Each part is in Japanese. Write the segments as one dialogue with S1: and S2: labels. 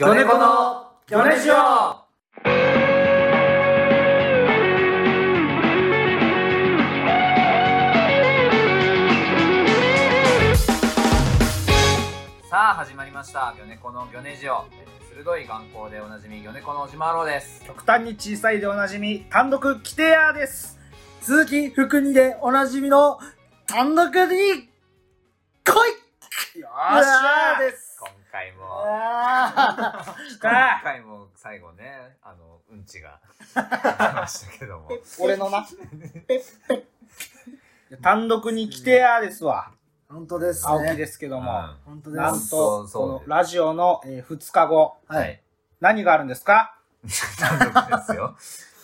S1: ョネコのギョネシオさあ始まりました「ギョネコのギョネジオ」鋭い眼光でおなじみギョネコの小島郎です
S2: 極端に小さいでおなじみ、単独規定ヤーです。
S3: 鈴木福にでおなじみの単独に来い
S2: よ
S3: あ
S2: ーしゃー
S3: です。
S1: 今回も
S3: あ
S2: 来
S1: 今
S2: た
S1: 回も最後ねあのうんち が出ました けども
S3: ー俺のな。
S2: 単独に規定ヤーですわ。
S3: 本当です
S2: 青木
S3: ね。
S2: ですけど
S1: う
S2: も。
S1: ん
S3: 本当で
S2: なん
S3: す。
S1: そう
S2: と、
S1: そう
S2: このラジオのえー2日後、
S3: は。
S1: はいい
S2: 何があるんですか
S1: 単独ですよ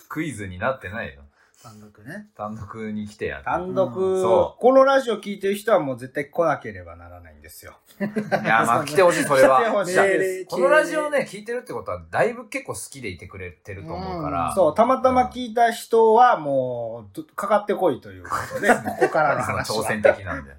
S1: クイズになってないよ
S3: 単独ね。
S1: 単独に来てやる
S2: 単
S1: うん
S2: 独
S1: そ、
S2: このラジオ聞いてる人はもう絶対来なければならないんですよ。
S1: いやまあ来てほしいそれは
S2: 来てほしい
S1: いや
S2: 命
S3: 令
S1: このラジオ。ね聞いてるってことはだいぶ結構好きでいてくれてると思うから、
S3: うん
S2: そう、たまたま聞いた人はもうど、かかってこいということ で、ここからの話
S1: その挑
S2: は。
S1: 戦的なんで。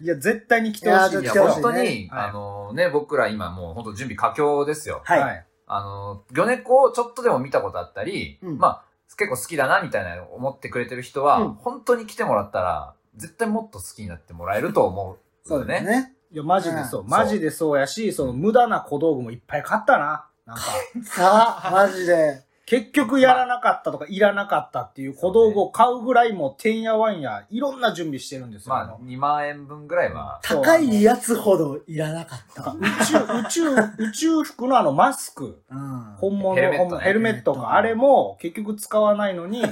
S2: いや、絶対に来てほしい
S3: や
S1: いや、
S2: です
S3: 来てほし
S1: 本当
S2: よ。
S3: い
S1: に、
S3: はい
S1: あのね、僕ら今もう本当準備佳境ですよ。
S3: はい。
S2: い。
S1: あの、魚猫をちょっとでも見たことあったり、
S3: うん
S1: まあ、結構好きだなみたいな思ってくれてる人は、
S3: うん
S1: 本当に来てもらったら、絶対もっと好きになってもらえると思う。
S3: そうです。ね。
S2: いや、マジでそう。
S1: うん
S2: マジでそうやし、その無駄な小道具もいっぱい買ったな。なんか、
S3: さあ、マジで。
S2: 結局やらなかったとか、いらなかったっていう小道具を買うぐらいもう、てんやわんや、いろんな準備してるんですよ。あ
S1: ま
S2: の
S1: あ、2万円分ぐらいは、
S2: そう
S3: 高いやつほどいらなかった。
S2: 宇宙、宇宙、宇宙服のあのマスク、
S3: うん。
S2: 本物
S1: ヘルメ
S2: の
S1: ット
S2: 本物ヘルメット
S3: ヘルメット
S2: か、
S3: の
S2: あれも結局使わないのに、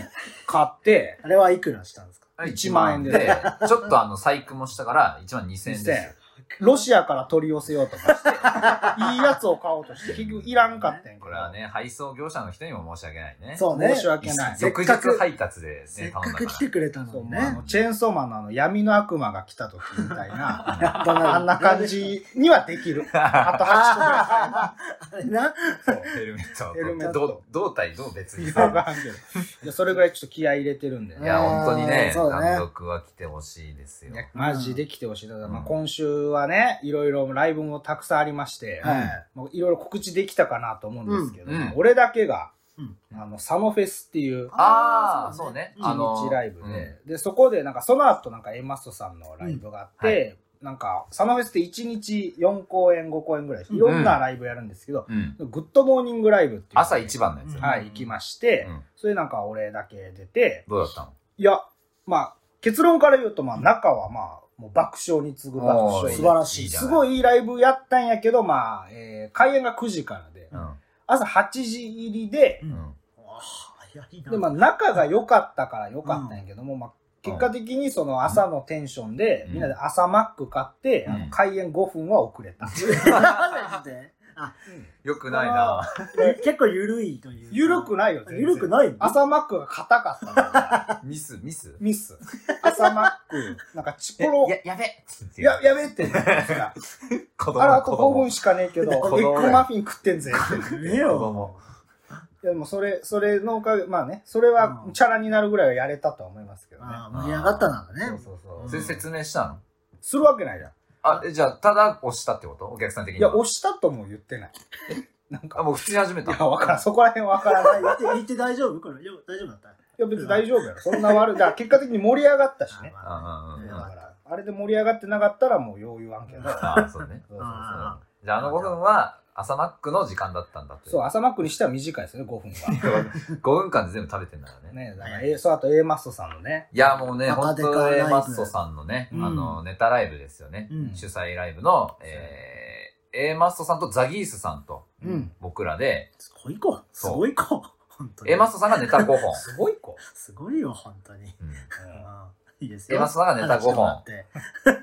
S2: 買って、
S3: あれはいくらしたんですか
S2: 1万円で
S1: で、ちょっとあの、細工もしたから、1万2000円ですよ。
S2: ロシアから取り寄せようとか して、いいやつを買おうとして、結局いらんかったんやけど
S1: これはね、配送業者の人にも申し訳ないね。
S3: そうね
S2: 申。し訳ない。
S1: 翌日
S3: せっかく
S1: 配達で、ね、
S3: せっ
S1: 頼んだ
S3: か
S1: から。
S3: く来てくれた
S2: そ
S3: の
S2: う
S3: に
S2: もうあ
S3: ね
S2: の。チェーンソーマンのあの闇の悪魔が来た時みたいな、
S3: バナナ
S2: あんな感。じにはできる。あと8個ぐらい入る
S3: あーあれな。
S1: ヘルメット
S2: ヘルメット
S1: どう胴体どう別に
S2: い
S1: さ
S2: ろいろあるけど いやそれぐらいちょっと気合い入れてるんで
S1: い
S2: ね。
S1: や本当にね
S3: うんそうだね
S1: 単独は来てほしいですよ
S2: いやマジで来てほしい。ただ、まあ、
S1: うん
S2: 今週はね、いろいろライブもたくさんありまして、
S3: はい
S2: まあいろいろ告知できたかなと思うんですけど、
S1: うんうん
S2: 俺だけが、
S3: うん
S2: あの、サノフェスっていう
S1: ああそうね
S3: うん
S1: あの
S2: 一日ライブで、で、そこでなんかその後なんかエマストさんのライブがあって、
S1: うんは
S2: なんか、サノフェスって1日4公演、5公演ぐらい、いろんなライブやるんですけど、
S1: うんうん
S2: グッドモーニングライブっていうのに
S1: 朝一番のやつよね
S2: はい、行きまして、
S1: うん
S2: それなんか俺だけ出て、
S1: どうだったの
S2: いや、まあ、結論から言うと、まあ、中はまあ、もう爆笑に次ぐ爆
S1: おー
S2: 笑。
S1: いい
S3: 素晴らしい
S1: じゃ
S2: す
S1: な
S2: ごいいいライブやったんやけど、まあ、えー開演が9時からで、
S1: うん
S2: 朝8時入りで、
S3: う
S1: うんん
S3: あー早いな。
S2: で、まあ、仲が良かったから良かったんやけども、まあ、結果的にその朝のテンションで、
S1: うん
S2: みんなで朝マック買って、あ
S1: うん
S2: の開演5分は遅れた。
S3: なんであ、
S1: よくないな
S3: 結構緩いという。
S2: 緩く
S3: ない。
S2: ないよ、全然
S3: 緩くないの
S2: 朝マックが硬かったから、
S1: ミスミス
S2: ミス。朝マック、なんかチコロ、
S1: ややべ
S2: いや、やべってなってますから。
S1: 子供
S2: あれ、あと
S1: 子
S2: 5
S1: 供
S2: 分しかねえけど、エ
S1: 子供
S2: ッグマフィン食ってんぜって。
S3: ね
S1: 子
S3: えよ。
S1: 供
S2: いやでもそれ、それのおかげ、まあね、それは
S3: うん
S2: チャラになるぐらいはやれたとは思いますけどね。
S3: あー盛り上がったなら
S2: そう
S3: ね。
S2: そう
S1: う
S2: そ
S1: ん
S2: う。
S1: それ説明したの
S2: するわけないじゃん。
S1: あえじゃあただ押したってことお客さん的
S2: い
S1: に
S2: や、
S1: は
S2: 押したとも言ってない。なん
S1: あ
S2: か、
S1: もう普通に始め
S2: い
S1: た
S2: や、わからん。そこら辺わからない。い
S3: 言って言って大丈夫これ。よ大丈夫だった
S2: や、別に大丈夫やろ。そんな悪い。だから結果的に盛り上がったしね。
S1: うんうんうん
S2: だ
S3: ま
S2: か
S3: あ
S2: ら、あれで盛り上がってなかったらもうよう言わんけど。そう
S1: ああそうね
S2: そう
S1: うん
S3: あ
S1: じゃああの5分は朝マックの時間だったんだって
S2: そう。そう、朝マックにしては短いですよね、5分は。
S1: 5分間で全部食べてんだからね
S2: ね、だから、えそう、あと A マストさんのね。
S1: いや、もうね、
S3: バカ
S1: 本
S3: デカ
S1: 当
S3: ライ
S1: に
S3: ブ
S1: マッソさんのね、
S3: うん
S1: あの、ネタライブですよね。
S3: うん
S1: 主催ライブの、えー、A マッソさんとザギースさんと
S3: うん。
S1: 僕らで、
S3: すごい子。すごい子。本当に。
S1: A マッソさんがネタ5本。
S2: すごい子。
S3: すごいよ、本当に。
S1: う
S3: うんいいです
S1: ん、A
S3: よ。
S1: マッソさんがネタ5
S3: 話
S1: 本
S3: し。てもらっ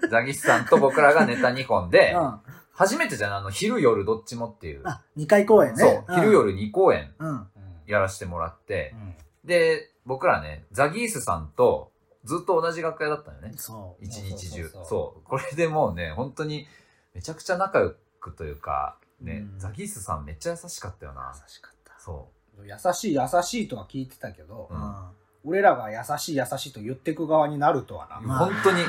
S3: て
S1: ザギースさんと僕らがネタ2本で、
S3: う
S1: 初めてじゃん、あの、昼夜どっちもっていう。
S3: ん。あ、2回公演ね。
S1: そう、
S3: ん
S1: 昼。夜2公演
S3: うん。
S2: うん
S1: やらせてもらって
S2: う、ん
S1: で、僕らね、ザギースさんとずっと同じ楽屋だったのね。
S3: そう。
S1: 一日中そ
S2: そ
S1: う
S2: そううそう
S1: これでもうね本当にめちゃくちゃ仲良くというかね、
S3: うん
S1: ザギースさんめっちゃ優しかったよな
S3: 優しかった。
S1: そ
S2: 優しい優しいとは聞いてたけど、
S1: うん
S3: うん
S2: 俺らが優しい優しいと言ってく側になるとはな。
S3: まあ
S1: 本当に。い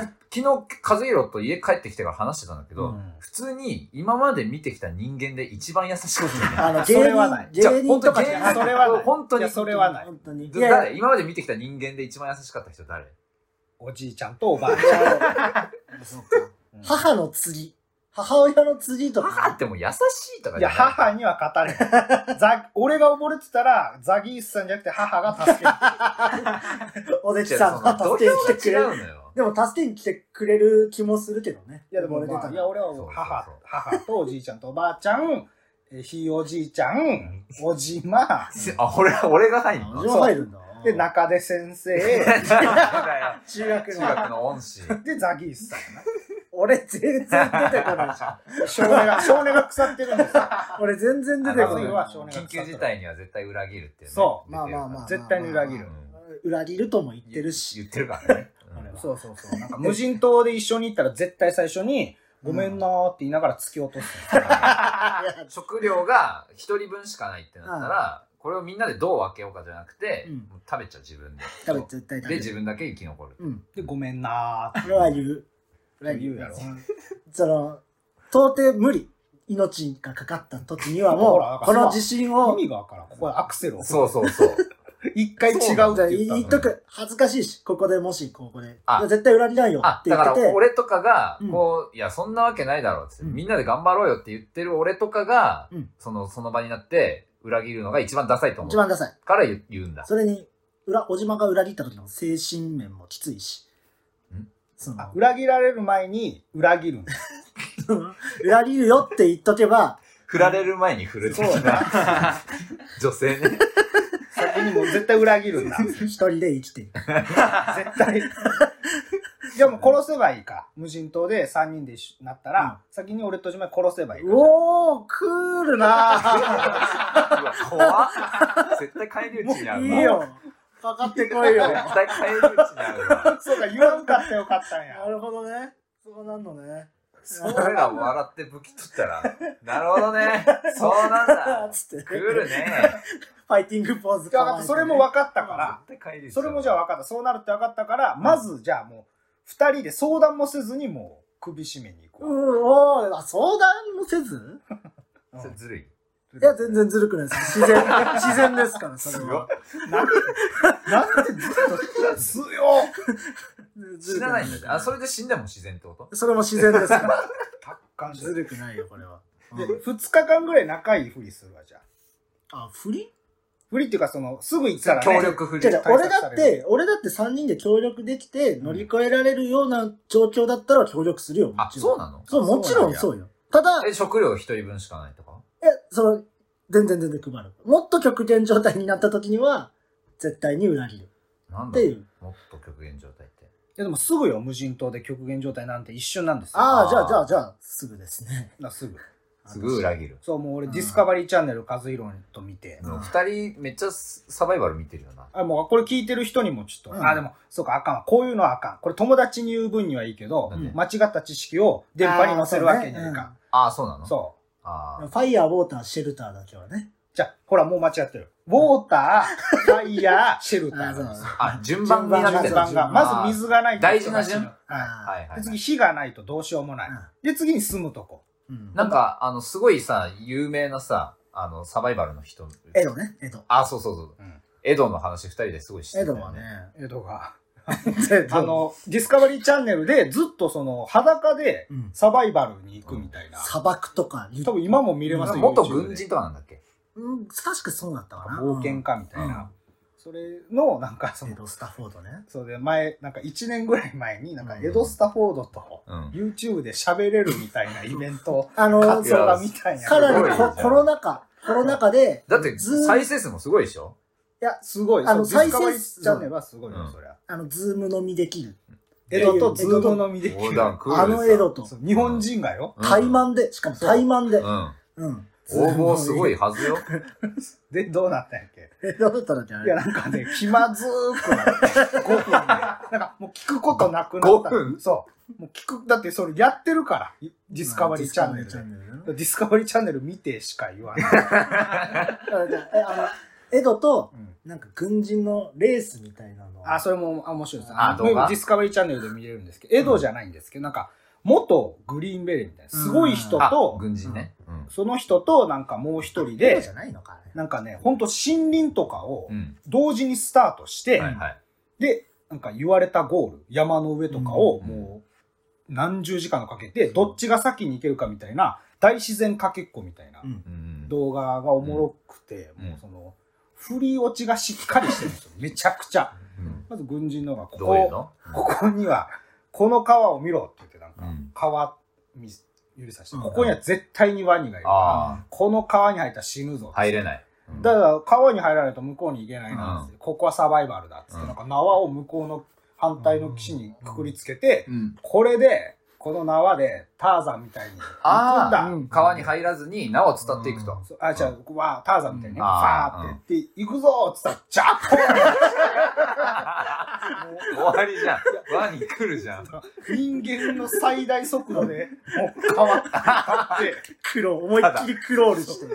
S1: や、昨日、和弘と家帰ってきてから話してたんだけど、
S2: うん
S1: 普通に今まで見てきた人間で一番優しくて、
S3: あの、
S2: それはない
S1: じゃあ
S3: 芸人とかじゃな
S2: あ
S3: い
S2: それはない
S1: 本当
S2: い
S1: に
S2: や、。それはない。
S3: 本当に。いや、
S1: 誰今まで見てきた人間で一番優しかった人誰
S2: おじいちゃんとおばあちゃん。うん
S3: 母の次。母親の次と
S1: 母
S3: か。
S1: ってもう優しいとか
S2: い
S1: じゃな
S2: や、
S1: い
S2: 母には語れない。ザ俺が溺れてたら、ザギースさんじゃなくて母が助ける。
S3: お弟
S1: 違
S3: 子
S1: う
S3: さんが
S1: その
S3: 助けに来てくれ
S1: 土俵
S3: る
S1: が。違うのよ。
S3: でも助けに来てくれる気もするけどね。
S2: いや、でも、
S3: 溺れて
S2: ま
S3: た
S2: あ、い
S3: ら
S2: や、俺は
S1: そうそうそう
S2: 母、母とおじいちゃんとおばあちゃん、えひいおじいちゃん、おじま、
S1: あ、 俺、俺が入ん
S3: あ
S1: の
S3: じゃあ入るんだ。
S2: で、中出 先生、
S1: なんだ よ
S3: 中学
S1: 中
S3: の。
S1: 学の恩 師。
S2: で、ザギースさんや
S3: 俺全然出てこないじゃん。
S2: な。少年が、 少年が腐ってるんですよ。
S3: 俺全然出て こ
S2: あの
S3: ない。
S1: 緊急事態には絶対裏切るっていうね。
S2: そう
S3: まあまあまあ。
S2: 絶対に裏切
S1: う
S2: る
S1: ん
S3: 裏切るとも言ってるし。
S1: 言ってるからね。うん
S3: 俺は
S2: そうそうそう。 なんか無人島で一緒に行ったら絶対最初に、ごめんなーって言いながら突き落とす。
S1: 食料が1人分しかないってなったら、これをみんなでどう分けようかじゃなくて、
S3: うん
S1: もう食べちゃう自分で。
S3: 食べ絶対食
S1: で、
S3: べ
S1: 自分だけ生き残る。
S3: うん。
S2: で、ごめんなーって。
S3: それは言う。それは
S2: 言うやろ
S3: んその、到底無理。命がかかった時にはも
S2: ほらなん
S3: う、
S2: か
S3: この自信を
S2: 意、味がわからん。ここでアクセルを。
S1: そうそうそう。
S2: 一回違うって言ったのに
S3: 言っとく。恥ずかしいし、ここでもし、ここで。い
S1: あ
S3: や絶対裏切らんよ
S1: あ
S3: っ、て
S1: だ
S3: 言
S1: から
S3: ってて。
S1: 俺とかが
S3: うん、
S1: こう、いや、そんなわけないだろうっつって、
S3: うん
S1: みんなで頑張ろうよって言ってる俺とかが、
S3: うん
S1: その、その場になって、裏切るのが一番ダサいと思
S3: 一
S1: う
S3: 番ダサい。
S1: から言言うんだ。
S3: それに、裏、おじまが裏切った時の精神面もきついし
S1: ん。
S3: その
S2: あ、裏切られる前に裏切るんだ。
S3: 裏切るよって言っとけば、
S1: 振られる前に振るって
S2: そう
S1: な。女性 ね。
S2: 先にもう絶対 裏切るんだ。
S3: 一人で生きていく。
S2: 絶 対。じゃあもう殺せばいいか。無人島で3人で一緒になったら、先に俺と島殺せばいいか。
S3: おー、クールな
S1: うわ怖っ絶対返り討ちにあ
S3: ー
S1: うわ
S3: いい。よ。かかってこいよ。
S1: 絶対返り討ちにあうわ。
S2: そうか、言わんかったよかったんや
S3: な。るほどね。そうなんのね。
S1: 俺ら笑って武器取ったら、なるほどね。そうなんだ。
S3: つって。
S1: クールね。
S3: ファイティングポーズ
S2: じゃあ分かったそれも分かったから、
S1: 絶対帰り
S2: それもじゃあ分かった。そうなるって分かったから、まずじゃあもう、2人で相談もせずにもう首絞めに行
S3: う
S2: こ
S3: ん、おーあ、相談もせず
S2: う。
S1: それずるい。
S3: いや、全然ずるくないです。自然、 自然ですから、それ
S1: 強っ
S3: は。
S2: なんて、なんてずっと強っ
S1: 死なないんだね。あ、それで死んでも自然ってこと
S3: それも自然ですから。
S2: 達観して
S3: ず
S2: る。
S3: るくないよ、これは。
S2: で、
S3: うん
S2: 2日間ぐらい仲いいふりするわ、じゃあ。
S3: あ、不倫
S2: ふりっていうか、その、すぐ行ったらね。
S1: 協力不
S3: じ
S1: 倫
S3: ゃ。
S2: 対策
S3: 俺だ
S2: さ
S3: っ
S2: れ
S3: て、俺だって3人で協力できて、乗り越えられるような状況だったら協力するよ、も
S1: あ、
S3: ちろ
S1: そ
S3: ん
S1: う。なの
S3: そう、もちろんそうよ。ただ、
S1: え、食料一人分しかないとか
S3: え、その、全然全然配る。もっと極限状態になった時には、絶対に裏切る。
S1: なん
S3: っ
S1: だ
S3: ていう。
S1: もっと極限状態って。
S2: いやでもすぐよ、無人島で極限状態なんて一瞬なんですよ。
S3: あ
S1: あー
S3: あ、じゃあ、じゃあ、じゃあ、すぐですね。
S2: なすぐ。
S1: すぐ裏切る。
S2: そう、もう俺、ディスカバリーチャンネル、カズイロンと見て。
S1: もう二人めっちゃサバイバル見てるよな。
S2: あ、もうこれ聞いてる人にもちょっと、
S3: うん
S2: あ、でも、そうか、あかんわ。こういうのはあかん。これ友達に言う分にはいいけど、
S1: なんで
S2: 間違った知識を電波に載せるわけにはい
S3: あ
S2: か
S1: あ、そうなの
S2: ん。
S1: う。
S2: そ
S1: あ
S3: ーそうね
S1: ー
S3: ファイヤー、ウォーター、シェルターだけはね。
S2: う。じゃあ、ほら、もう間違ってる。ウォーター、ファイヤー、シェルター
S3: ああ、そう
S2: なん
S3: で
S2: ですす。。
S1: あ、順番にな
S2: 順
S1: って
S3: 順
S1: る。
S2: 番が。
S3: あー
S2: まず水がないと
S1: 大事な順
S2: 人が死ぬはい
S1: はいはい。
S2: で、次、火がないとどうしようもない。で、次に住むとこ。
S3: うん。
S1: なんか、あの、すごいさ、有名なさ、あの、サバイバルの人。
S3: エドね、エド。
S1: あ、そうそうそう。
S2: うん
S1: エドの話二人ですごいして
S3: エ
S1: たよ
S3: ドはね。。
S2: 江戸が。あ
S3: あ、
S2: の、ディスカバリーチャンネルでずっとその、裸で
S3: うん
S2: サバイバルに行くみたいな。
S3: 砂漠とか、
S2: 多分今も見れますよ。
S1: 元
S2: YouTube で
S1: 軍人とかなんだっけ
S3: うん、確かそうだったかな。
S2: 冒険家みたいな。それの、なんかそ
S3: うん。エ
S2: の、
S3: ド・スタフォードね。
S2: そうで、前、なんか1年ぐらい前に、なんかエド・スタフォードと
S1: うん。
S2: YouTube で喋れるみたいなイベントを、
S3: あの、
S2: 活動
S3: そう
S2: が見たいな。
S3: かな
S1: すご
S3: り
S1: い
S3: ココロナ禍、コロナ禍で、
S1: だって、
S3: ずー
S1: 再生数もすごいでしょ
S2: すごい。
S3: あの
S2: そうディスカバリ
S3: 再生
S2: ー
S3: 数
S2: チャンネルはすごいよ、
S1: うん
S2: そりゃ。
S3: あの、ズーム飲みできる。
S2: エドと
S3: い
S2: ズ
S3: やいや
S2: ームのみでき
S1: 横
S2: る。
S1: 断クール
S3: あのエドと、
S2: そう日本人がよ。
S3: 怠
S1: マ
S3: 慢で、しかも怠慢で
S1: う。ん。
S3: うん。
S1: 応募す ごい。はずよ。
S2: で、どうなったんやっけ
S3: エドだったらじゃない
S2: や、なんかね、気まずーくなって、5分で。なんか、もう聞くことなくなった。
S1: ご分
S2: そう。もう聞く、だってそれやってるから、いディスカバリーチャンネル
S3: ディ
S2: で
S3: スカバリーチャンネ
S2: デ
S3: ルね
S2: ィスカバリーチャンネル見てしか言わない。
S3: だからじゃあえあの、江戸と、
S2: うん
S3: なんか軍人のレースみたいなの。
S2: あ、それもあ面白いです。
S1: あ
S2: あの
S1: 動画
S2: ディスカバリーチャンネルで見れるんですけど、江戸じゃないんですけど、なんか、元グリーンベリーみたいな、すごい人
S1: あ
S2: と、
S1: 軍人ね。うん。
S2: その人と、なんかもう一人
S3: 江戸
S2: で
S3: じゃ、ないのか、あれ
S2: なんかね、ほんと森林とかを
S1: うん。
S2: 同時にスタートして、
S1: はいはい。
S2: で、なんか言われたゴール、山の上とかを
S1: うん
S2: もう何十時間かけて、どっちが先に行けるかみたいな、大自然かけっこみたいな
S3: うん。
S1: うん。
S2: 動画がおもろくて、
S1: うん
S2: もうその、振り落ちがしっかりしてるんですよ。めちゃくちゃ。
S1: うん
S2: まず軍人のがこ
S1: どういう
S2: こ、
S1: の
S2: ここには、この川を見ろって言って、なん
S1: う
S2: か、
S1: ん。
S2: 川見、指さして、
S3: うん
S2: ここには絶対にワニがいる。
S1: ああ、
S2: この川に入ったら死ぬぞ。
S1: 入れない。うん
S2: だから川に入らないと向こうに行けないなっつって、ここはサバイバルだっつって、
S1: うん
S2: なんか縄を向こうの反対の岸にくくりつけて、
S1: うん。
S2: これでこの縄でターザンみたいに行くんだ
S1: ああ、川に入らずに縄を伝っていくと。
S2: そうあじゃあここはターザンみたいにね
S1: うん
S2: ファーって行って行くぞっつったらジャッポ
S1: 終わりじゃん。ワニ来るじゃん。
S2: ン人間の最大速度でもう川って立 って
S3: クロール思いっきりクロールして。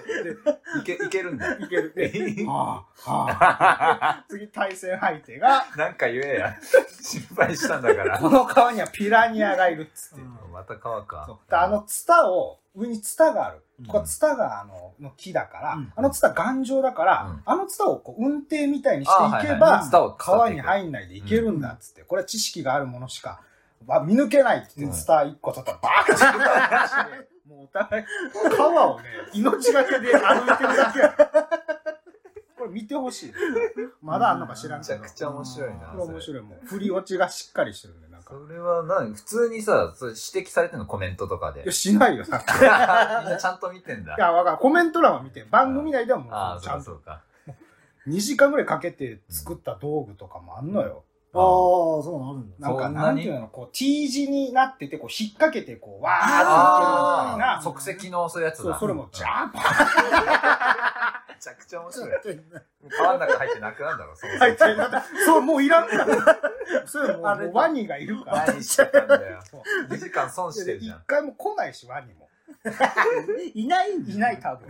S1: いけ、いけるんだ。
S2: 行けるではあはあ次対戦相手が
S1: なんか言えや。心配したんだから。
S2: この川にはピラニアがいるっつって。
S1: また川
S2: そう
S1: か。
S2: であのツタを上にツタがある、
S3: うん
S2: これツタがあのの木だから、
S3: うん
S2: あのツタ頑丈だから、
S1: うん
S2: あのツタをこう運転みたいにして
S1: あ
S2: い
S1: はい
S2: け
S1: はい
S2: ば、
S1: ツタを伝っていく
S2: 川に入んないでいけるんだっつって、これは知識があるものしかわ見抜けないって言っ
S1: う
S2: て、
S1: ん
S2: ツタ1個取ったらバーッてもうお互い川をね命がけで歩いてるだけや これ見てほしいですまだあんのか知らん
S1: め
S2: け
S1: ち
S2: ど
S1: ゃくちゃ面白いな。
S2: これ面白いもう振り落ちがしっかりしてるんでなんか
S1: それは何普通にさ、それ指摘されてんのコメントとかで。
S2: い
S1: み
S2: やしないよなんか
S1: んなちゃんと見てんだ
S2: い。や、わかる。コメント欄は見て、番組内ではも
S1: ああ、
S2: う、ち
S1: そ
S2: ゃ
S1: うんそ
S2: と
S1: うか。
S2: 2時間ぐらいかけて作った道具とかもあんのよ。
S3: ああ、そうなのあるんだ。
S2: なんか、
S1: そんなに
S2: なんていうの、こう、T 字になってて、こう、引っ掛けて、こう、わーっていけるよう
S1: ああ
S2: な、、
S1: 即席のそういうやつ
S2: そう
S1: だ。
S2: それも、ジャーパ
S1: めちゃくちゃ面白い。川の中入ってなくなるんだろ、そもそも
S2: ーってなって、そう、もういらんから。それもう、
S3: あれ
S2: もうワニがいるから。
S1: 何してたんだよ。
S2: そう
S1: 2時間損して
S2: で
S1: るじ
S2: 一
S1: ゃん。
S2: 回も来ないし、ワニも。
S3: いないんだ
S2: いない、。多分。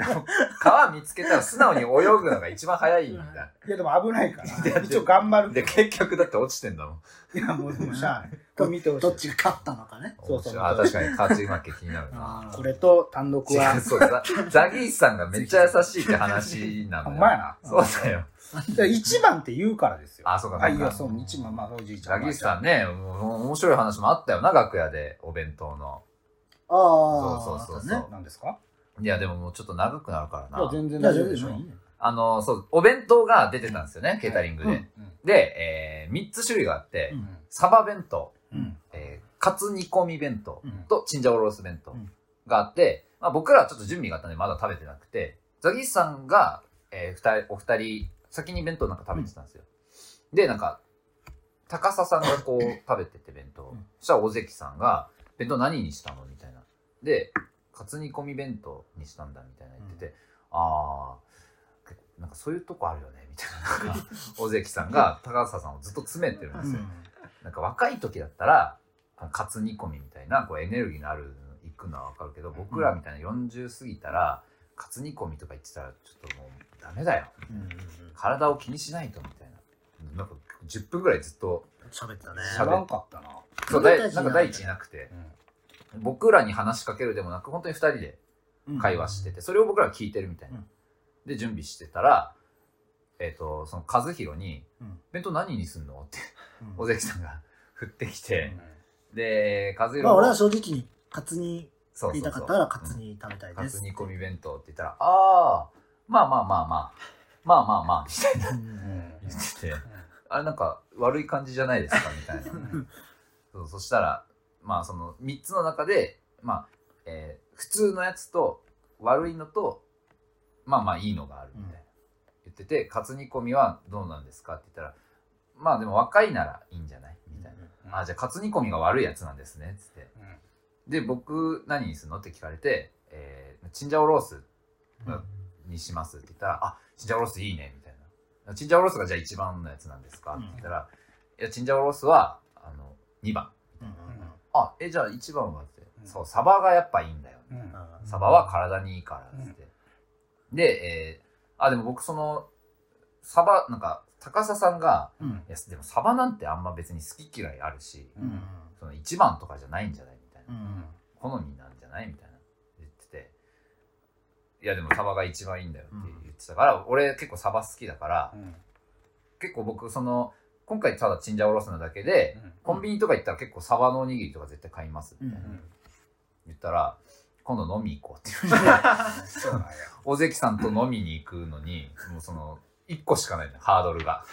S1: 川見つけたら素直に泳ぐのが一番早いんだ。
S2: いや、でも危ないから、
S1: で
S2: 一応頑張る
S1: で、
S2: け
S1: 結局だって落ちてんだもん。
S2: ど。いや、もう、でもしゃあない。これ見てほしい。
S3: どっちが勝ったのかね。
S2: そうそう
S1: あ、確かに勝ち負け気になるな。
S3: あー
S2: これと、単独
S1: 違
S2: は
S1: う、。そうだ。ザギースさんがめっちゃ優しいって話な
S2: ほ
S1: の
S2: ん
S1: よ。
S2: まやな。
S1: そうだよ。
S2: 1番って言うからですよ。
S1: あ、そうか、
S2: あ、
S1: そ
S2: いうや、
S1: か。
S2: そう、一番、まあ、おじいちゃ
S1: ザ
S2: ん。
S1: ギースさんね、もう面白い話もあったよな、楽屋で、お弁当の。
S3: ああ、
S1: そうそうそう
S3: ね
S1: そ
S2: なんですか
S1: う。いや、でももうちょっと長くなるから
S2: いや、
S1: な。
S2: 全然
S3: いや
S2: 大丈
S3: 全然
S2: 夫でしょ。
S3: いいね
S1: あの、そう、お弁当が出てたんですよね、ケータリング
S3: う
S1: で
S3: ん。
S1: で、えー、3つ種類があって、
S3: うん
S1: サバ弁当、
S2: うん
S1: えー、カツ煮込み弁当
S2: うん
S1: とチンジャオロース弁当
S3: うん
S1: があって、まあ、僕らはちょっと準備があったんでまだ食べてなくて、ザギスさんが、えー、二人お二人、先に弁当なんか食べてたんですよ。で、なんか、高佐さんがこう食べてて弁当
S3: うん。
S1: そしたら尾関さんが、弁当何にしたのみたいな。で、カツ煮込み弁当にしたんだみたいな言ってて、あー、結構なんかそういうとこあるよねみたいな。なんか、尾関さんが高佐さんをずっと詰めてるんですよ。なんか若い時だったら、あのカツ煮込みみたいな、こうエネルギーのあるの行くのはわかるけど、僕らみたいな40過ぎたら、カツ煮込みとか言ってたら、ちょっともうダメだよ。
S3: うんうんうん
S1: 体を気にしないと、みたいな。なんか10分ぐらいずっと、
S3: 喋ってたね。
S2: 知らんかったな。
S1: そう、
S3: 僕
S1: だい
S3: たち
S1: なんか第一いなくて、僕らに話しかけるでもなく、本当に2人で会話してて、それを僕らは聞いてるみたいな。
S3: うん
S1: で、準備してたら、えっ、と、その和弘に、
S3: うん
S1: 弁当何にすんのって、
S3: うん
S1: 尾関さんが 振ってき
S2: う
S1: て、で、和弘
S3: まあ
S1: も
S3: 俺は正直にカツに
S1: そう
S3: 食
S1: そうそう
S3: いたかったらカツに食べたい
S1: カ
S3: で
S1: ツ
S3: す。
S1: 煮込み弁当って言ったら、ああ、まあまあまあまあ、まあまあまあ、みたいな
S3: うん
S1: 言ってて、あれなんか悪い感じじゃないですか、みた いな。そうそしたら、まあその3つの中で、まあ、えー普通のやつと悪いのと、まあまあいいのがあるみたいな。言ってて、カツ煮込みはどうなんですかって言ったら、まあでも若いならいいんじゃないみたいな。あ、じゃあカツ煮込みが悪いやつなんですね、つって。で、僕何にするのって聞かれて、えー、チンジャオロースにしますって言ったら、あ、チンジャオロースいいね、みたいな。チンジャオロースがじゃあ一番のやつなんですか
S3: う
S1: っ
S3: ん
S1: て言ったら、いや、チンジャオロースは、あの、2番。
S3: うんうん
S1: あ、え、じゃあ1番はって、
S2: うん
S1: そう、サバがやっぱいいんだよ。
S3: うん
S1: サバは体にいいから、つって。で、えーあ、でも僕その、サバなんか高佐さんが
S2: うん
S1: いやでもサバなんてあんま別に好き嫌いあるし、
S2: うん
S1: その一番とかじゃないんじゃないみたいな、
S2: うん
S1: 好みなんじゃないみたいな言ってていやでもサバが一番いいんだよって言ってたから、俺結構サバ好きだから、
S2: うん
S1: 結構僕その今回ただチンジャオロースのだけで、コンビニとか行ったら結構サバのおにぎりとか絶対買いますみたいな、言ったら今度飲み行こうって言 われて
S2: そうなんや
S1: 尾関さんと飲みに行くのにもうその1個しかないのよハードルが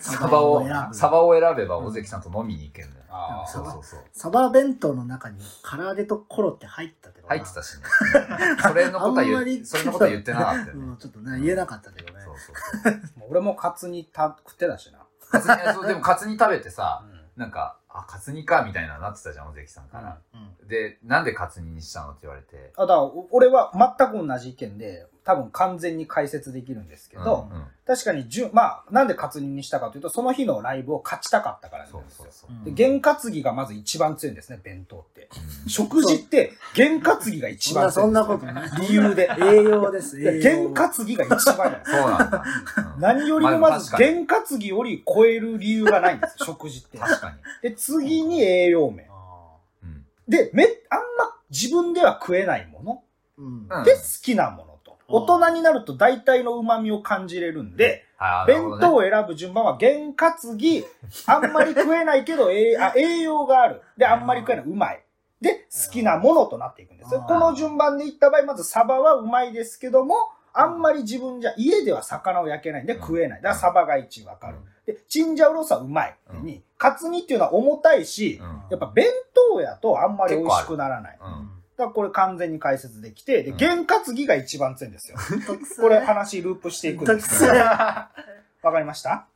S1: サバをサバを選べば尾関さんと飲みに行けるのよ、
S2: ああ
S1: そうそうそう
S3: サバ弁当の中に唐揚げとコロって入ったけどな
S1: 入ってたしねそれのことは
S3: あんま
S1: 言
S3: り
S1: うそれのことは言ってなかったよね、
S3: うんちょっとね言えなかったけどね
S1: そうそう
S2: もう俺もカツ煮た食ってたしな
S1: カツ煮そうでもカツ煮食べてさ
S2: う
S1: なんか「あカツ煮か」みたいななってたじゃん尾関さんか
S2: ん
S1: ら、
S3: うん
S1: でなんでカツ煮にしたのって言われて
S2: あだからお俺は全く同じ意見で多分完全に解説できるんですけど、
S1: うんうん
S2: 確かにじゅまあなんで活人にしたかというとその日のライブを勝ちたかったからなん
S1: そう
S2: です
S1: そ
S2: よ
S1: うそう、
S2: で験担ぎがまず一番強いんですね弁当って
S1: うん
S2: 食事って験担ぎが一
S3: そんな
S2: 番
S3: そ
S2: 強い
S3: ん
S2: です
S3: なことない
S2: 理由で
S3: 栄養です栄養
S2: 験担ぎが一番なんです
S1: そうなんだ、うん
S2: 何よりも
S1: まあ
S2: まず
S1: 確かに
S2: 験担ぎより超える理由がないんです食事って
S1: 確かに、
S2: で次に栄養面
S3: あ
S1: うん
S2: でめあんま自分では食えないもの
S3: ーうん
S1: うん
S2: で好きなものと。
S3: うん
S2: 大人になると大体の旨味を感じれるんで、
S1: あーなる
S2: 弁
S1: ほどね
S2: 当を選ぶ順番は、験担ぎ、 あんまり食えないけど、えあ栄養がある。で、あんまり食えない、うまい。で、好きなものとなっていくんですよ
S3: うん
S2: この順番でいった場合、まずサバはうまいですけども、あんまり自分じゃ、家では魚を焼けないんで
S1: うん
S2: 食えない。だからサバが1わかる。で、チンジャオロースはうまい。
S1: うん
S2: に、カツ煮っていうのは重たいし
S1: う、ん
S2: やっぱ弁当やとあんまり美味しくならない。
S1: うんうん
S2: だからこれ完全に解説できて、で、
S1: うん
S2: 験担ぎが一番強いんですよ。こ
S3: こ
S2: れ
S3: れ
S2: 話ループしていくんですけ
S3: ど
S2: ど
S3: く
S2: わかりました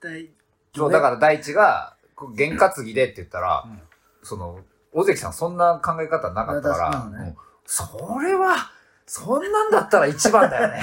S1: そうだから大地がこう験担ぎでって言ったら、
S2: うん
S1: その尾関さんそんな考え方なかったから
S3: 確かにね
S1: もうそれはそんなんだったら一番だよね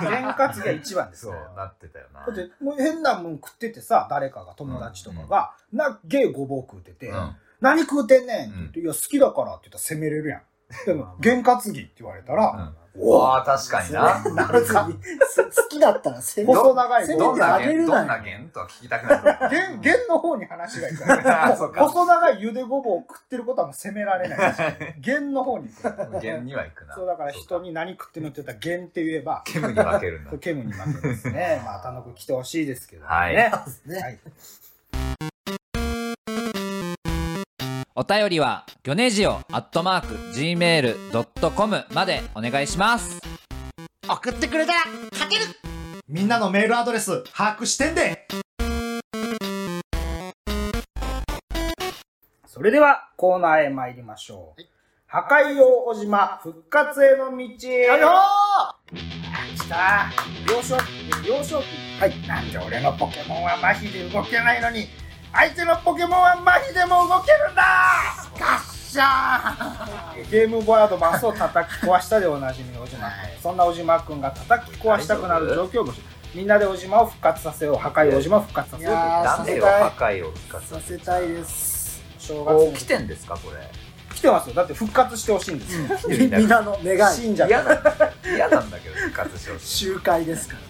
S2: 験担ぎが一番です
S1: そ
S2: よ
S1: う。なってたよな
S2: だって、もう変なもん食っててさ、誰かが、友達とかが、なっげえごぼう食ってて、
S1: うん
S2: 何食うてんねんって言って、いや、好きだからって言ったら責めれるやん。でも、験担ぎって言われたら、
S1: うん、うわー確かにな
S3: なるか好きだったらせめ
S2: 細長い
S3: せめて
S1: どんな
S3: あげ
S1: 弦
S3: る
S1: ど
S3: なんよ
S1: な弦とは聞きたくなる
S2: 弦、弦の方に話がいくから、
S1: あ
S2: も
S1: そううか
S2: 細長いゆでごぼうを食ってることはもう責めら れないし。弦の方に行くから。
S1: 弦には行くな
S2: そうだから人に何食ってんのって言ったら弦って言えば、
S1: そうか煙に負けるんだ
S2: これケムに負けですね。まあ、田野くん来てほしいですけどね。
S1: はい
S3: ね
S2: はい
S4: お便りは、ギョネジオアットマーク、gmail.com までお願いします。
S5: 送ってくれたら勝てるみんなのメールアドレス把握してんで
S2: それでは、コーナーへ参りましょう。破壊王小島、復活への道。やる来た幼少期、幼少期。はい。なんで俺のポケモンは麻痺で動けないのに、相手のポケモンは麻痺でも動けるんだガッシャー ゲームボーイアドバンスを叩き壊したでおなじみの小島君、そんな小島君が叩き壊したくなる状況を募集みんなで小島を復活させよう破壊小島を復活させようという
S3: あー
S1: なんでよ破壊を復活
S3: させたいです
S2: 正月
S1: お
S2: に
S1: 来てんですかこれ
S2: 来てますよだって復活してほしいんですよ、
S1: 来てるんだけど
S3: 皆の願い
S2: 信者
S1: 嫌
S2: が
S1: なんだ嫌なんだけど復活してほしい
S3: 集会ですから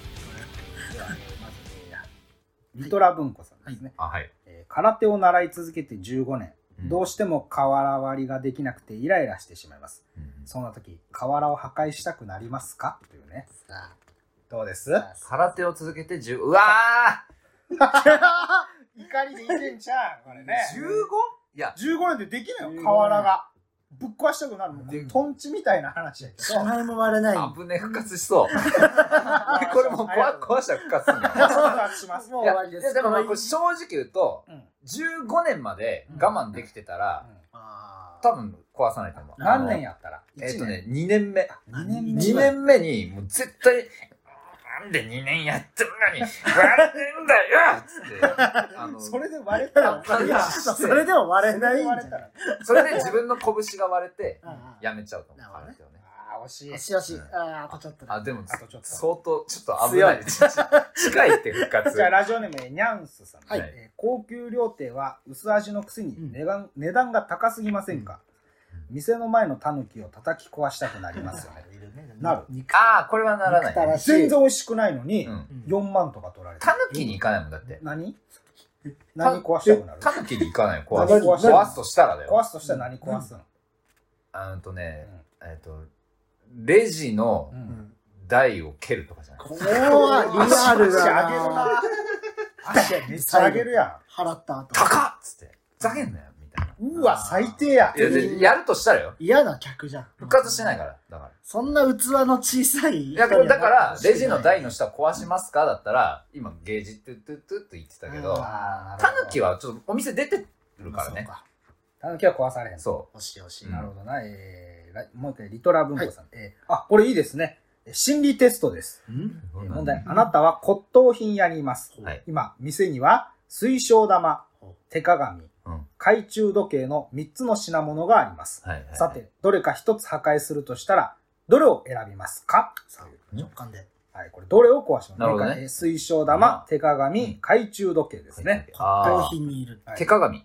S2: リトラ文庫さんですね、
S1: あはい、
S2: えー空手を習い続けて15年
S1: うん
S2: どうしても瓦割りができなくてイライラしてしまいます
S1: うん
S2: そんな時瓦を破壊したくなりますかというね
S3: さ
S2: どうです
S3: あさ
S1: 空手を続けて10うわ
S2: 怒りでいけんちゃうこれね
S1: ー 15? いや
S2: 15年でできないよ瓦がぶっ壊したくなるも
S1: で
S2: うトンチみたいな話やけ
S3: あ
S2: ど
S3: 違いも割れない
S1: 危ねえ復活しそう これもう壊壊したら復活するんだ
S2: 復 活します
S3: もう
S1: い
S3: 終わ
S1: や
S3: りで
S1: い
S3: す
S1: やでもまあこれ正直言うと
S2: うん
S1: 15年まで我慢できてたら、
S3: あー
S1: 多分壊さないと思う
S2: 何年
S1: や
S2: やったら
S1: えっ、
S2: 一
S1: とね2年目
S2: 2年目
S1: 2年目にもう絶対なんで2年やってるのに割れねえんだよっつってあの
S2: それで割れたら
S1: いや
S3: それでも割れないんじゃ
S2: 割れた
S3: ない
S2: ら
S1: それで自分の拳が割れて
S3: あー
S1: やめちゃうと思う
S3: なるほど
S1: 空
S3: ね
S1: 手をね
S2: ああ惜しい
S3: よしよしああとちょっとだ
S1: あでも
S2: あとちょっと
S1: 相当ちょっと危ない近いって復活
S2: じゃあラジオネームにゃんすさん、
S1: はい
S2: えー高級料亭は薄味のくせに値段,、値段が高すぎませんか、店の前のタヌキを叩き壊したくなります よね。
S5: いるね
S2: なる。
S5: 肉
S1: ああ、これはなら
S2: 憎た
S1: ない。
S2: らしい全然美味しくないのに、
S1: うん。
S5: よ
S2: 4万とか取られて
S1: タヌキに行かないもんだって。
S2: 何何壊したくなる
S1: タヌキに行かないよ壊す。
S2: 何壊
S1: 壊
S2: す
S1: すとしたらだよ
S2: 壊。すとしたら何壊すの、
S1: あんとね、えっと、レジの
S2: うん
S1: 台を蹴るとかじゃない。
S3: これはリアルだな。
S2: 足めっちゃ上げるや
S3: 払った後。
S1: 高っつって、ふざけんなよみたいな。
S2: んうわ最低や
S1: いやでやるとしたらよ。
S3: 嫌な客じゃん。
S1: 復活してないから、だから。
S3: そんな器の小さい。
S1: いや、だから、レジの台の下壊しますかだったら、今、ゲージトゥトゥトゥって言ってたけど、
S2: あ
S1: タヌキはちょっとお店出てるから
S3: そう
S1: ね。
S3: か。
S2: タヌキは壊されへん
S1: そ
S3: 惜しい惜しい。
S1: うん
S2: なるほどな、えー、らもう一回リトラ文庫さん、えーあこれいいですね心理テストです、
S5: ん
S1: う。
S2: えー問題あなたは骨董品屋にいます、
S1: はい
S2: 今店には水晶玉手
S1: う
S2: 鏡、
S1: ん
S2: 懐中時計の3つの品物があります、
S1: はいはいはい
S2: さてどれか1つ破壊するとしたらどれを選びますか
S3: さあ直感で。
S2: はい、これどれを壊します
S1: なるほどね
S2: えー水晶玉、手鏡、
S1: うん
S2: 懐中時計ですね。
S1: あ
S3: 商品にいる。
S1: あ。手鏡。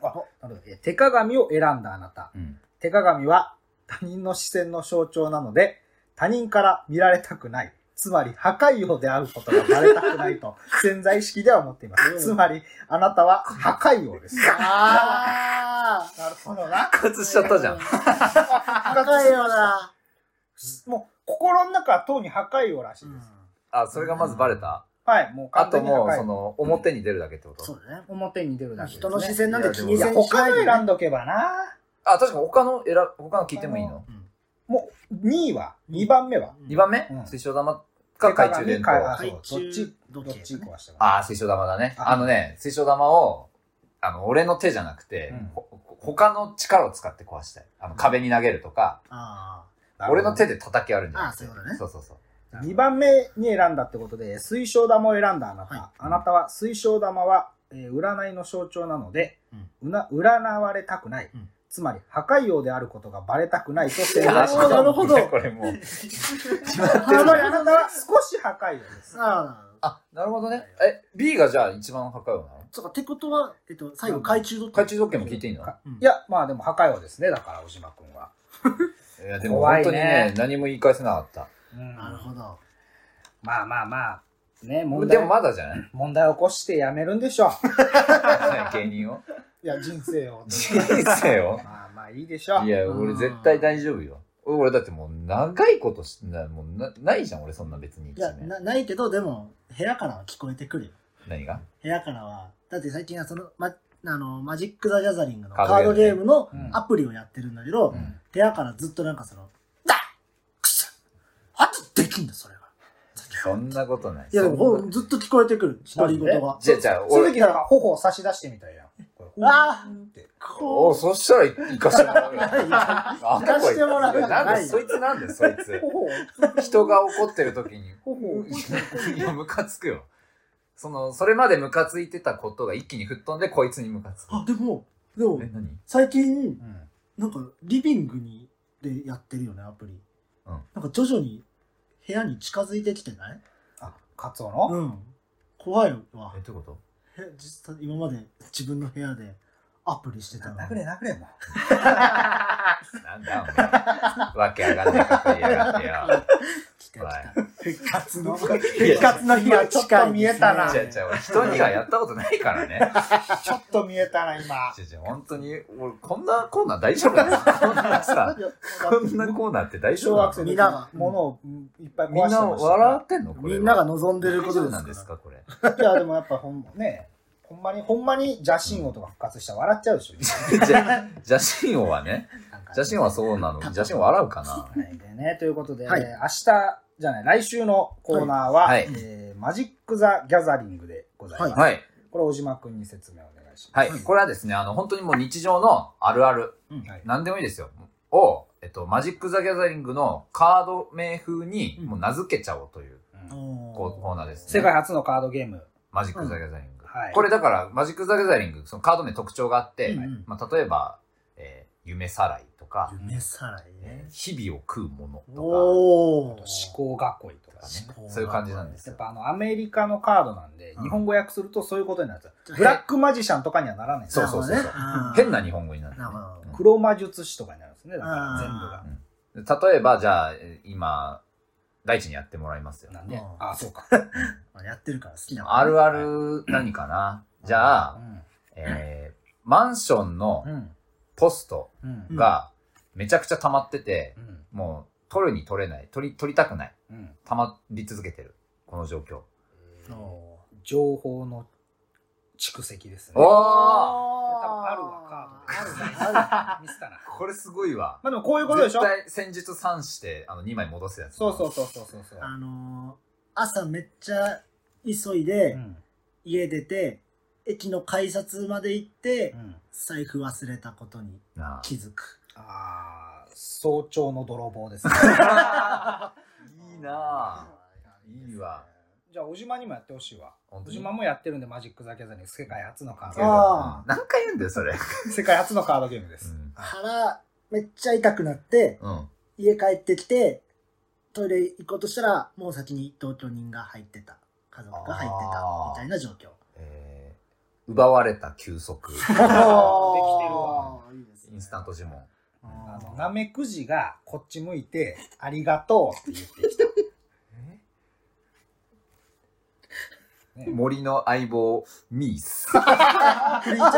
S2: あなるほどえー手鏡を選んだあなた。
S1: うん。
S2: 手鏡は他人の視線の象徴なので、他人から見られたくない。つまり、破壊王であることがバレたくな いと潜在意識では思っていま
S3: うん
S2: す。つまり、あなたは破壊王です。
S3: ああ
S2: なるほどな。
S1: 復活しちゃったじゃん。
S3: 高いよな。
S2: もう、心の中はとうに破壊王らしいです。
S1: あ、それがまずバレた。
S2: はい、もう
S1: あ
S2: 完
S1: と
S2: 全に破
S1: もう、
S2: 壊
S1: そ
S2: 王。
S1: の、表に出るだけってこと
S3: そうだね。
S2: 表に出るだけです、ね。
S3: 人の視線なんて気に
S2: い
S3: せ
S2: や、
S3: ん
S2: 他の
S3: で
S2: 選んどけばな。
S1: あ、確かに他の選ぶ、他の聞いてもいいの
S2: もう2位は、2番目は。
S1: ?2 番目
S2: うん
S1: 水晶玉か懐中電灯。
S2: 手鏡
S1: あ
S2: か
S3: 懐中
S2: ど
S3: 時
S2: っち
S3: 計。
S2: 壊したか
S1: あー、水晶玉だね。
S2: あ
S1: あのね、水晶玉を、あの、俺の手じゃなくて
S2: うん、
S1: ほほ他の力を使って壊したい。あの、壁に投げるとか、
S3: あ
S2: な
S1: 俺の手で叩き割るんじゃなくて。
S3: あそういうことね
S1: そうそうそう。
S2: 2番目に選んだってことで、水晶玉を選んだあなた。
S3: は
S2: あなたは水晶玉は、えー占いの象徴なので、うな占われたくない。
S5: うん
S2: つまり、破壊王であることがバレたくないと宣
S3: な
S2: 言
S3: る
S2: し
S3: ほどなるほど
S1: これもう。
S2: つまりあなたは少し破壊王です
S3: あ。。ああ。
S1: あ、なるほどね。え、B がじゃあ一番破壊王なの
S3: そうか、ってことは、えっと、最後、懐中時計。
S1: 懐中時計も聞いていいの
S2: か
S5: うん
S2: いや、まあでも破壊王ですね、だから、小島くんは。
S1: いや、でも本当に
S2: 怖い
S1: ね
S2: ね、
S1: 何も言い返せなかった。
S3: なるほど。
S2: まあまあまあ、ね、問
S1: で
S2: 題
S1: も、まだじゃない
S2: 問題起こしてやめるんでしょ
S1: 芸人を。
S2: う。いや、人生を。
S1: 人生を。
S2: まあまあ、いいでしょう
S1: い。や、俺絶対大丈夫よ。俺だってもう長いことしな、もうなないじゃん、俺そんな別に一
S3: いや、
S1: 面。
S3: なないけど、でも、部屋からは聞こえてくるよ。
S1: 何が
S3: 部屋からは。だって最近は、その、ま、あの、マジック・ザ・ギャザリングの
S1: カ
S3: カ
S1: ー
S3: ー
S1: ド
S3: ド
S1: ゲ
S3: ゲ
S1: ー
S3: ームの
S1: うん
S3: アプリをやってるんだけど、
S1: うん
S3: 部屋からずっとなんかその、だくそあとできんだ、それは。
S1: そんなことない。
S3: いや、でもほ
S1: そん
S3: ん
S1: な
S3: ずっと聞こえてくる、独り言が。
S1: じゃあ、じゃあ、
S2: その
S1: 俺、
S2: 時だから頬を差し出してみたいやん。
S3: あ
S2: て
S3: こ
S1: おそしたら行かしてもらうよ。
S3: う。いや
S1: あ
S3: 行かしてもらう
S1: いやなん
S3: ない
S1: で、
S3: よ
S1: そいつなんで、そいつ。
S2: 頬を、
S1: 人が怒ってる時に、
S2: 頬を。
S1: いや、ムカつくよ。その、それまでムカついてたことが一気に吹っ飛んで、こいつにムカつく。
S3: あ、でも、でも
S1: え、、何
S3: 最近、
S2: うん
S3: なんか、リビングに、でやってるよね、アプリ。
S1: うん
S3: なんか徐々に部屋に近づいてきてない
S2: あ、カツオの
S3: うん。怖いわ
S1: え、。どういうこ
S3: へ実際今まで自分の部屋でアプリしてたのに。
S2: 殴れ殴れ も
S1: となんだ、お前。 わけあがんないこと言いやがってよ。
S3: 来た
S1: おい
S3: 来た。復活の。
S1: いや
S3: 復活の日はちょっと見えたな。
S1: 違う違う、俺人にはやったことないからね。
S2: ちょっと見えたな、今。
S1: 違う違う、本当に、俺、こんなコーナー大丈夫なのこんなさ、こんなコーナーって大丈
S2: 小
S1: 夫な
S2: 学
S1: の
S2: 生
S3: み
S2: みんな
S3: んなが
S2: が物をうんいっぱい壊
S1: みん
S2: して
S1: な
S2: ましたから
S1: 笑ってんのこれ
S3: み
S1: は。
S3: んなが望んでること
S1: 大丈夫
S3: で
S1: なん
S3: す
S1: です
S3: か
S1: か、これ。
S2: いやでもやっぱほんねほんまにほんまに邪神王とか復活したら笑っちゃうでしょ
S1: じゃ、邪神王はね、
S2: なんか
S1: 邪神王はそうなの。邪神王笑うかな。
S2: はいでねということで、
S3: はい
S2: えー明日じゃない来週のコーナーは、
S1: はい
S2: えーマジック・ザ・ギャザリングでございます、
S3: は
S1: はい。
S2: これ小島君に説明お願いします
S1: はい。これはですね、あの、本当にもう日常のあるある、
S2: うんはい
S1: 何でもいいですよ。を、えっと、マジック・ザ・ギャザリングのカード名風に、もう名付けちゃおうという、
S2: うん
S1: こうコーナーです、ね。
S2: 世界初のカードゲーム
S1: マジック・ザ・ギャザリング。
S2: うんはい
S1: これだから、マジック・ザ・ギャザリング、そのカード名特徴があって、
S3: うんうん
S1: まあ、例えば、えー夢さらいとか、
S3: 夢さらい
S1: え
S3: ね
S1: ー。日々を食うものと
S3: お
S2: 思
S3: お。
S2: 考学校とか
S1: か、
S2: ね
S1: ね
S3: 思考、
S1: そういう感じなんです
S2: やっ
S1: よ。
S2: ぱあのアメリカのカードなんで、
S1: うん
S2: 日本語訳するとそういうことになるんですよブラックマジシャンとかにはならないんです
S1: そう
S2: よ
S1: そうそうそ
S3: なる
S1: う
S3: ほどねうん。
S1: 変な日本語になる、ね
S3: なるほど
S1: うん
S2: 黒魔術師とかになるんですねだから全部が
S3: あ
S1: 例えばじゃあえー今大地にやってもらいますよ
S2: なんで
S3: うん
S2: ああそうか、
S3: まあやってるから好きなの
S1: あるある何かなじゃ
S2: う
S1: あ、
S2: ん
S1: えーマンションの
S2: うん
S1: ポスト
S2: うん
S1: がめちゃくちゃ溜まってて
S2: うん
S1: もう取るに取れない取り取りたくない
S2: うん
S1: 溜まり続けてるこの状況
S3: お
S2: 情報の蓄積ですね
S1: おお
S2: これ多分あるわカードであるミスったな
S1: これすごいわ
S2: まあでもこういうことでしょ
S1: 絶対戦術3してあの2枚戻すやつ
S2: そうそうそうそうそうそう
S3: あのー、朝めっちゃ急いで、
S2: うん
S3: 家出て、駅の改札まで行って、
S2: うん
S3: 財布忘れたことに
S1: なあ
S3: 気づく。
S2: ああ早朝の泥棒ですね
S1: いいなあいいわ
S2: じゃあ小島にもやってほしいわ
S1: 本当
S2: 小
S1: に
S2: 島もやってるんでマジック・ザ・ギャザリング世界初のカード
S3: あ
S1: 何回言うんだよそれ
S2: 世界初のカードゲームです。
S3: 腹めっちゃ痛くなって、
S1: うん
S3: 家帰ってきて、トイレ行こうとしたら、もう先に同居人が入ってた。家族が入って
S1: あ
S3: た。
S1: ー
S3: みたいな状況。
S1: えー奪われた休 息
S2: きてるわ
S3: あー。いいですね
S1: インスタント呪文
S2: あ
S3: あ
S2: の、
S3: ー
S2: なめくじがこっち向いて、ありがとうって言ってきた。 ね
S1: 森の相棒ミース
S3: クリーチャー
S1: こ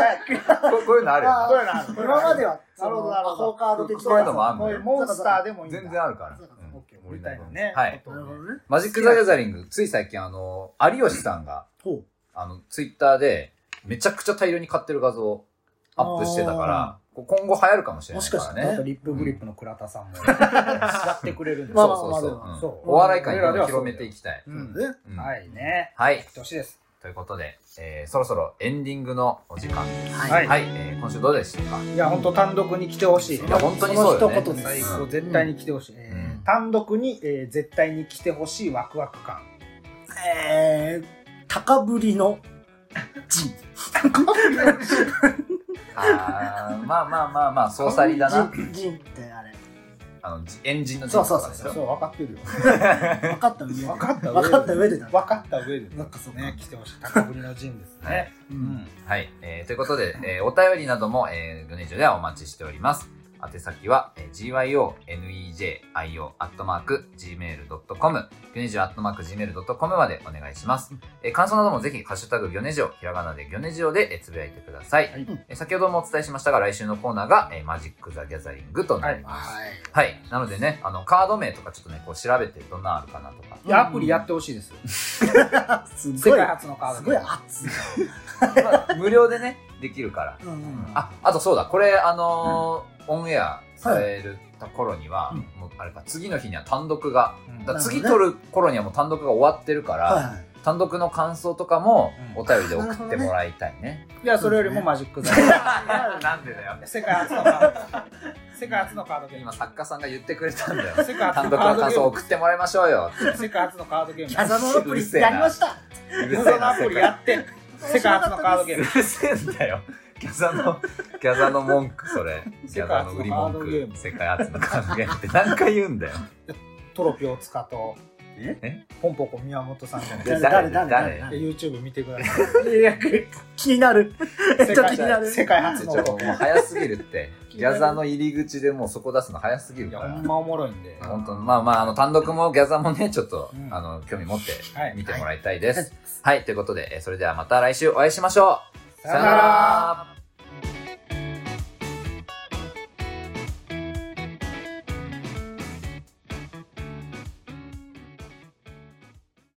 S1: こういうのあるよ
S2: こう
S1: ね
S2: いうのある
S3: 今までは、
S2: なるほどなるほど
S3: その魔法カード的
S1: こういうのもあん
S2: こ
S1: の
S2: ういうモンスターでもいいんだ。
S1: 全然あるから
S3: そうかそううか
S1: ん
S2: オッケー
S1: 森
S2: み
S1: の
S2: た
S1: 相
S2: い
S1: 棒ミ
S2: な
S1: ー
S2: ね。
S1: スはい
S2: こ
S3: な
S2: とを
S3: るほ
S2: ね
S3: どね。
S1: マジック・ザ・ギャザリングつい最近あの有吉さんが
S3: ほ
S1: あのツイッターでめちゃくちゃ大量に買ってる画像をアップしてたからこう今後流行るかもしれないから
S3: もしかした
S2: あ
S1: ね
S2: とリップグリップの倉田さんもやってくれるんで。
S3: まあまあ
S1: そうそうそう
S3: まあまあ
S1: うん
S2: そう
S1: お笑い界にどんどん広めていきたい
S2: うん
S3: う。ね
S1: うん
S2: はいね。
S1: はい
S2: やってほしいです。
S1: ということで、えーそろそろエンディングのお時間です。
S2: は
S3: はいい。
S1: はい、えー今週どうでしたか
S2: いや、本当単独に来てほしい。
S1: いや、本当にそうよね。
S3: その一言です
S2: 最
S1: う
S2: 後
S1: ん
S2: 絶対に来てほしい、えー単独に、えー絶対に来てほしいワクワク感
S3: えー、高ぶりの陣。
S1: あーまあまあまあまあ、総裁だな。
S3: 陣陣ってあれ。
S1: あの、じエンジンの
S3: そうそう
S1: そ
S3: そう
S1: そ
S3: う
S2: そう分かってるよ
S3: 分かった上で。
S2: 分かった上で
S3: 分かった上でだ。
S2: 分かった上で
S3: なんかそうか
S2: ね来てほしい高ぶりの陣です
S1: は
S2: ね
S1: い、
S3: う。
S2: うんん
S1: はい、えーということで、えーお便りなども、えー、グネージョではお待ちしております。宛先は、えー、gyonejio.gmail.com、ギョネジオ .gmail.com までお願いします。えー感想などもぜひ、ハッシュタグギョネジオ、ひらがなでギョネジオで、えーつぶやいてください。
S2: はい
S1: えー先ほどもお伝えしましたが、来週のコーナーが、えーマジック・ザ・ギャザリングとなります。
S3: はい。
S1: はい。なのでね、あの、カード名とかちょっとね、こう調べてどんなのあるかなとか。
S2: いやアプリやってほしいですよ
S3: す
S2: 世
S3: ごい
S2: 界、初のカー
S3: す
S2: ド
S3: ごい
S2: で
S3: 熱い。
S1: まあ無料でね、できるから。
S3: うんうん
S1: あ、あとそうだ、これ、あのーオンエアされるところには、
S3: はい
S1: もうあれか、次の日には単独が、だから
S3: なるほどね
S1: 次撮る頃にはもう単独が終わってるから、
S3: はい。
S1: 単独の感想とかも
S2: うん
S1: お便りで送ってもらいたいね。
S2: いやそれよりもマジックザギャザ
S1: なんでだよ
S2: リング世界初のカード世界初のカードゲーム
S1: 今作家さんが言ってくれたんだよ。
S2: 世界初
S1: 単
S2: の
S1: 独
S2: カ
S1: の
S2: ード
S1: 感
S2: ゲ
S1: 想
S2: ー
S1: 送ってもらいましょうよ。
S2: ム世界初のカードゲーム
S3: キャザノロプリスやりました。
S1: うる
S2: ユー
S1: せ
S2: ザ
S1: え
S2: ーの
S1: な、
S2: アプリ やって世界初のカードゲー
S1: う
S2: ム
S1: るせえんだよ。ギャザの、ギャザの文句、それ。ギャザの売り文句、世界初のカードゲームって何回言うんだよ。
S2: トロピオ塚と
S1: え
S2: ポンポコ宮本さんじゃない
S3: 誰
S1: 誰
S3: 誰
S1: 誰
S3: 誰
S1: 誰
S3: 誰
S2: YouTube 見てください
S3: 気になる。めっちゃ気になる。
S2: 世界初
S1: ち
S2: の
S1: ょ、もう早すぎるって。ギャザの入り口でもうそこ出すの早すぎる
S2: い
S1: か
S2: やほ
S1: ら
S2: ん。まおもろいんで、
S1: 本当まあまあ、あの、単独もギャザもね、ちょっと
S2: う、ん
S1: あの、興味持って
S2: はい
S1: 見てもらいたいです。はい、ということで、えそれではまた来週お会いしましょう。
S2: さよなら